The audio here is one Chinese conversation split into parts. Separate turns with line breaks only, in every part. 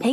Hey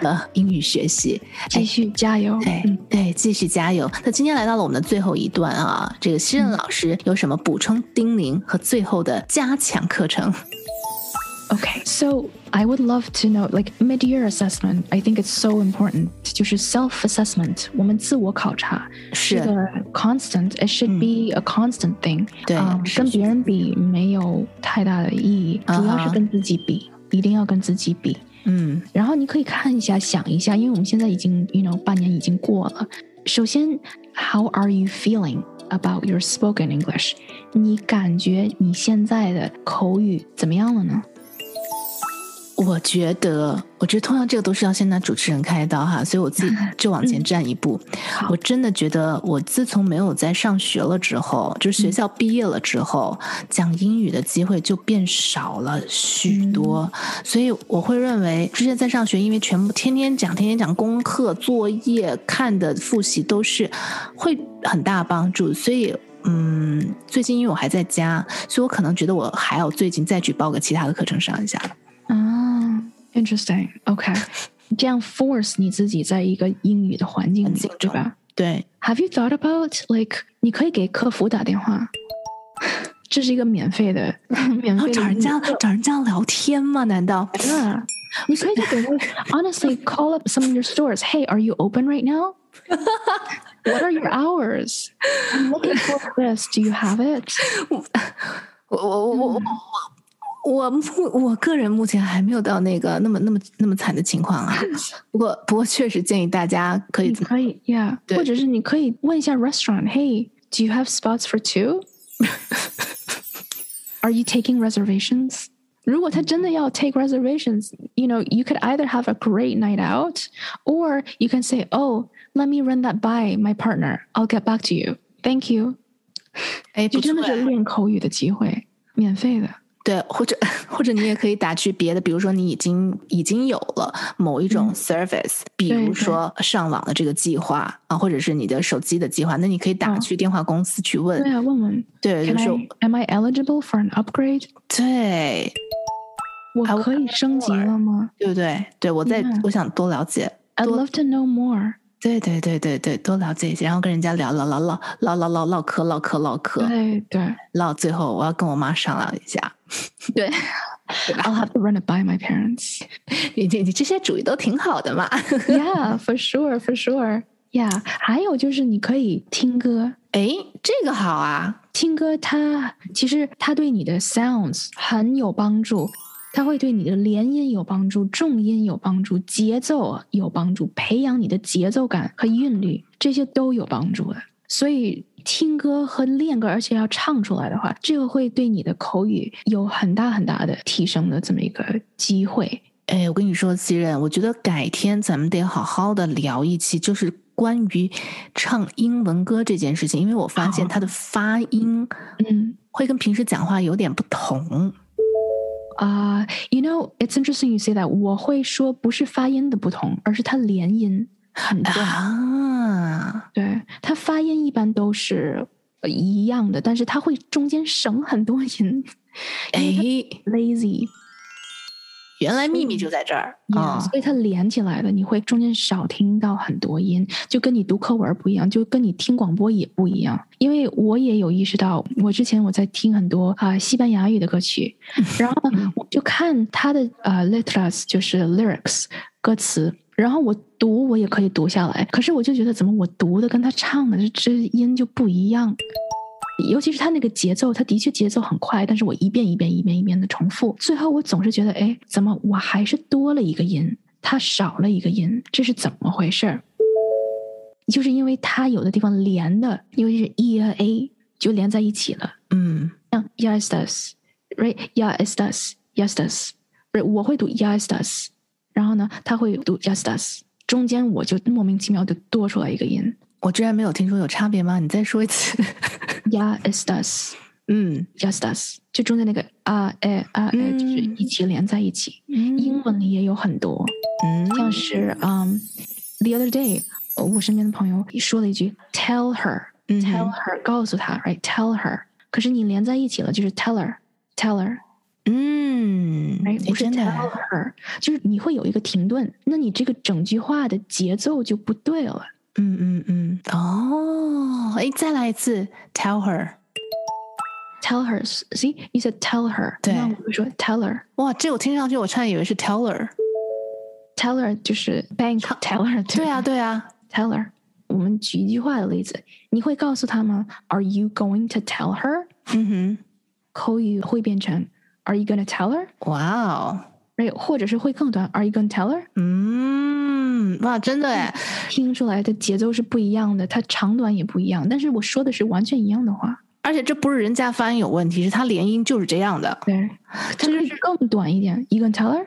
的英语学习。
继续加油！
对对，继续加油。那今天来到了我们的最后一段啊，这个西
嗯
任老师有什么补充叮咛和最后的加强课程？
Okay, so I would love to know, like mid-year assessment, I think it's so important. 就是 self-assessment，我们自我考察
是
一个 constant. It should be a constant thing.
对
嗯
是
跟别人比没有太大的意义，
啊哈
主要是跟自己比，一定要跟自己比。
嗯
然后你可以看一下，想一下，因为我们现在已经，you know，半年已经过了。首先，How are you feeling about your spoken English？你感觉你现在的口语怎么样了呢？
我觉得，我觉得通常这个都是要先拿主持人开刀哈，所以我自己就往前站一步。
好
我真的觉得，我自从没有在上学了之后，就是学校毕业了之后，讲英语的机会就变少了许多。所以我会认为，之前在上学，因为全部天天讲，天天讲功课、作业、看的复习都是会很大帮助，所以。嗯，最近因为我还在家，所以我可能觉得我还要最近再去报个其他的课程上一下了。
啊，interesting。OK，这 样 force 你自己在一个英语的环境
环
里
境，
对
中
吧
对，
？Have you thought about like 你可以给客服打电话， 这是一个免费的 免
然后
费的
找人
英语
家找人家聊天吗？难道？
Yeah. You could honestly call up some of your stores. Hey, are you open right now? what are your hours? I'm looking for this. Do you have it?
我我我我我我目我个人目前还没有到那个那么那么那么惨的情况啊。不过不过确实建议大家可以
你可以- Yeah.
对。
或者是你可以问一下 restaurant. Hey, do you have spots for two? are you taking reservations? 如果他真的要 take reservations, you know, you could either have a great night out or you can say, "Oh, let me run that by my partner. I'll get back to you. Thank you."
哎，
就
不
真的
错
是
呀
练口语的机会，免费的。
对，或者或者你也可以打去别的，比如说你已经已经有了某一种
嗯
service，、比
对
如
对
说上网的这个计划啊，或者是你的手机的计划，那你可以打
嗯
去电话公司去问，
对啊，问问
对，就
，Can
是
I am I eligible for an upgrade？
对
我
I would
可以升级了吗
对不对？对我在、
Yeah
我想多了解，
？I'd
多
love to know more。
对对对对对，多了解一些，然后跟人家聊聊聊唠唠唠唠唠嗑唠嗑唠嗑
对对
唠，最后我要跟我妈商量一下。 啊
对，I'll have to run it by my parents。
你你你这些主意都挺好的嘛。
Yeah, for sure, for sure. Yeah，还有就是你可以听歌，
哎，这个好啊，
听歌它其实它对你的 sounds 很有帮助，它会对你的连音有帮助，重音有帮助，节奏有帮助，培养你的节奏感和韵律，这些都有帮助的。所以听歌和练歌，而且要唱出来的话，这个会对你的口语有很大很大的提升的这么一个机会。
哎，我跟你说，西任，我觉得改天咱们得好好的聊一期，就是关于唱英文歌这件事情，因为我发现
好
它的发音
嗯。
会跟平时讲话有点不同。
啊、y o u know, it's interesting you say that。我会说不是发音的不同，而是它连音很重。
啊，
对，它发音一般都是呃一样的，但是它会中间省很多音。
哎，
lazy
原来
嗯
秘密就在这儿
呀、
啊！
所以它连起来的，你会中间少听到很多音，就跟你读课文不一样，就跟你听广播也不一样。因为我也有意识到，我之前我在听很多啊、西班牙语的歌曲，然后呢，我就看它的呃 letras 就是 lyrics 歌词。然后我读，我也可以读下来，可是我就觉得怎么我读的跟他唱的这这音就不一样，尤其是他那个节奏，他的确节奏很快，但是我一遍一遍一遍一遍的重复，最后我总是觉得，哎，怎么我还是多了一个音，他少了一个音，这是怎么回事儿？就是因为它有的地方连的，尤其是 e 和 a 就连在一起了，
嗯，
像 ya estas right ya estas ya estas，right，我会读 ya estas，然后呢，他会读 ya estas，中间我就莫名其妙的多出来一个音
我居然没有听说有差别吗？你再说一次。
，ya estas
嗯
ya estas，就中间那个啊哎啊哎，就是
嗯
一起连在一起。英
嗯
文里也有很多，像是嗯、t h e other day，呃我身边的朋友说了一句 tell her
嗯
tell her，告诉她 right tell her，可是你连在一起了，就是 teller teller。
嗯，
哎，
诶
不是
真
tell
的
her，就是你会有一个停顿，那你这个整句话的节奏就不对了。
嗯嗯嗯，哦，哎，再来一次，tell her，
Tell her, see, you said tell her，
对
那我会说 teller。
哇，这我听上去我差点以为是 teller，
Teller 就是 bank teller，
对啊对啊，
，teller。我们举一句话的例子，你会告诉他吗？Are you going to tell her？
嗯
口语会变成 Are you going to tell her？
哼，哇哦，
right，或者是会更短 Are you going to tell her？
嗯，哇，真的哎，
听出来的节奏是不一样的，它长短也不一样，但是我说的是完全一样的话。
而且这不是人家发音有问题，是他连音就是这样的
对，它
就
可以更短一点。You going to tell her？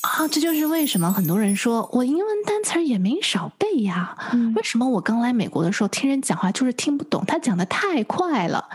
啊，这就是为什么很多人说我英文单词儿也没少背呀，
嗯
为什么我刚来美国的时候听人讲话就是听不懂，他讲的太快了，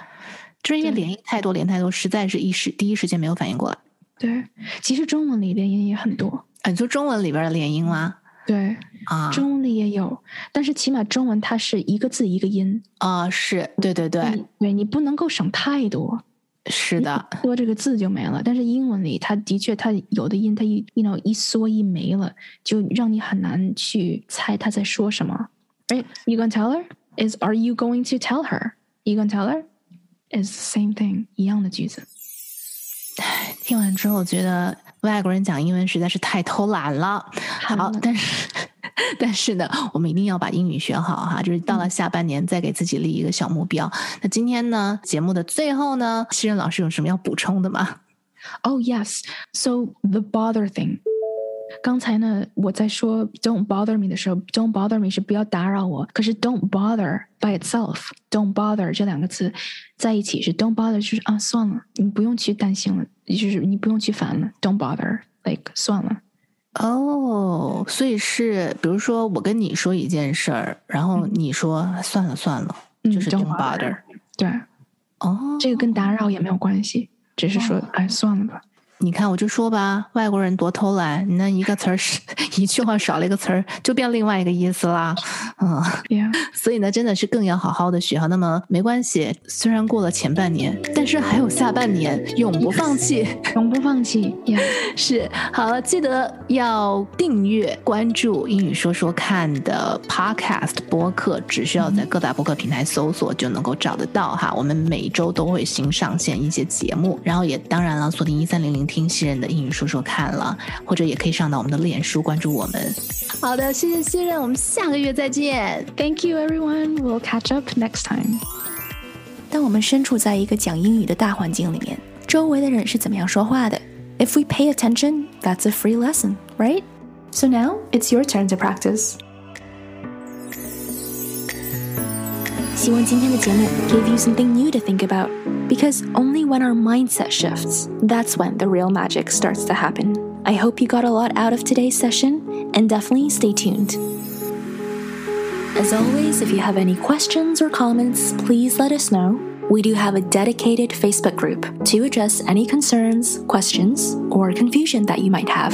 就是因为
对
连音太多，连太多，实在是一时第一时间没有反应过来。
对，其实中文里连音也很多，
啊你说中文里边的连音吗？
对，
啊，
嗯中文里也有，但是起码中文它是一个字一个音，
啊、是对对对，
你对你不能够省太多，
是
嗯
的，
多这个字就没了。但是英文里它的确它有的音它一一 you know 一缩一没了，就让你很难去猜他在说什么。Right? You gonna tell her? Is are you going to tell her? You gonna tell her? Is the same thing 一样的句子。
听完之后觉得外国人讲英文实在是太偷懒了。好
懒了，
但是但是呢，我们一定要把英语学好哈，就是
嗯
到了下半年再给自己立一个小目标。那今天呢，节目的最后呢，西任老师有什么要补充的吗？
Oh yes. So the bother thing. 刚才呢，我在说 "Don't bother me" 的时候，"Don't bother me" 是不要打扰我。可是 "Don't bother" by itself, "Don't bother" 这两个字在一起是 "Don't bother" 就是啊，算了，你不用去担心了，就是你不用去烦了，"Don't bother"，like 算了。
哦，所以是比如说我跟你说一件事儿，然后你说算了算了，
嗯
就是
don't
don't bother。
对，
哦，
这个跟打扰也没有关系，只是说哎，算了吧。
你看，我就说吧，外国人多偷懒，你那一个词儿是 一句话少了一个词儿，就变另外一个意思啦。嗯，
Yeah，
所以呢，真的是更要好好的学哈。那么没关系，虽然过了前半年，但是还有下半年，永不放弃。
永不放弃。Yeah，
是好了，记得要订阅、关注《英语说说看》的 Podcast 播客，只需要在各大播客平台搜索就能够找得到哈。我们每周都会新上线一些节目，然后也当然了，锁定一三零零听新人的英语说说看了，或者也可以上到我们的脸书关注我们。好的，谢谢新人，我们下个月再见。
Thank you everyone. We'll catch up next time.
当我们身处在一个讲英语的大环境里面，周围的人是怎么样说话的？If we pay attention, that's a free lesson, right? So now it's your turn to practice. 希望今天的节目 gave you something new to think about, because only when our mindset shifts, that's when the real magic starts to happen. I hope you got a lot out of today's session, and definitely stay tuned. As always, if you have any questions or comments, please let us know. We do have a dedicated Facebook group to address any concerns, questions, or confusion that you might have.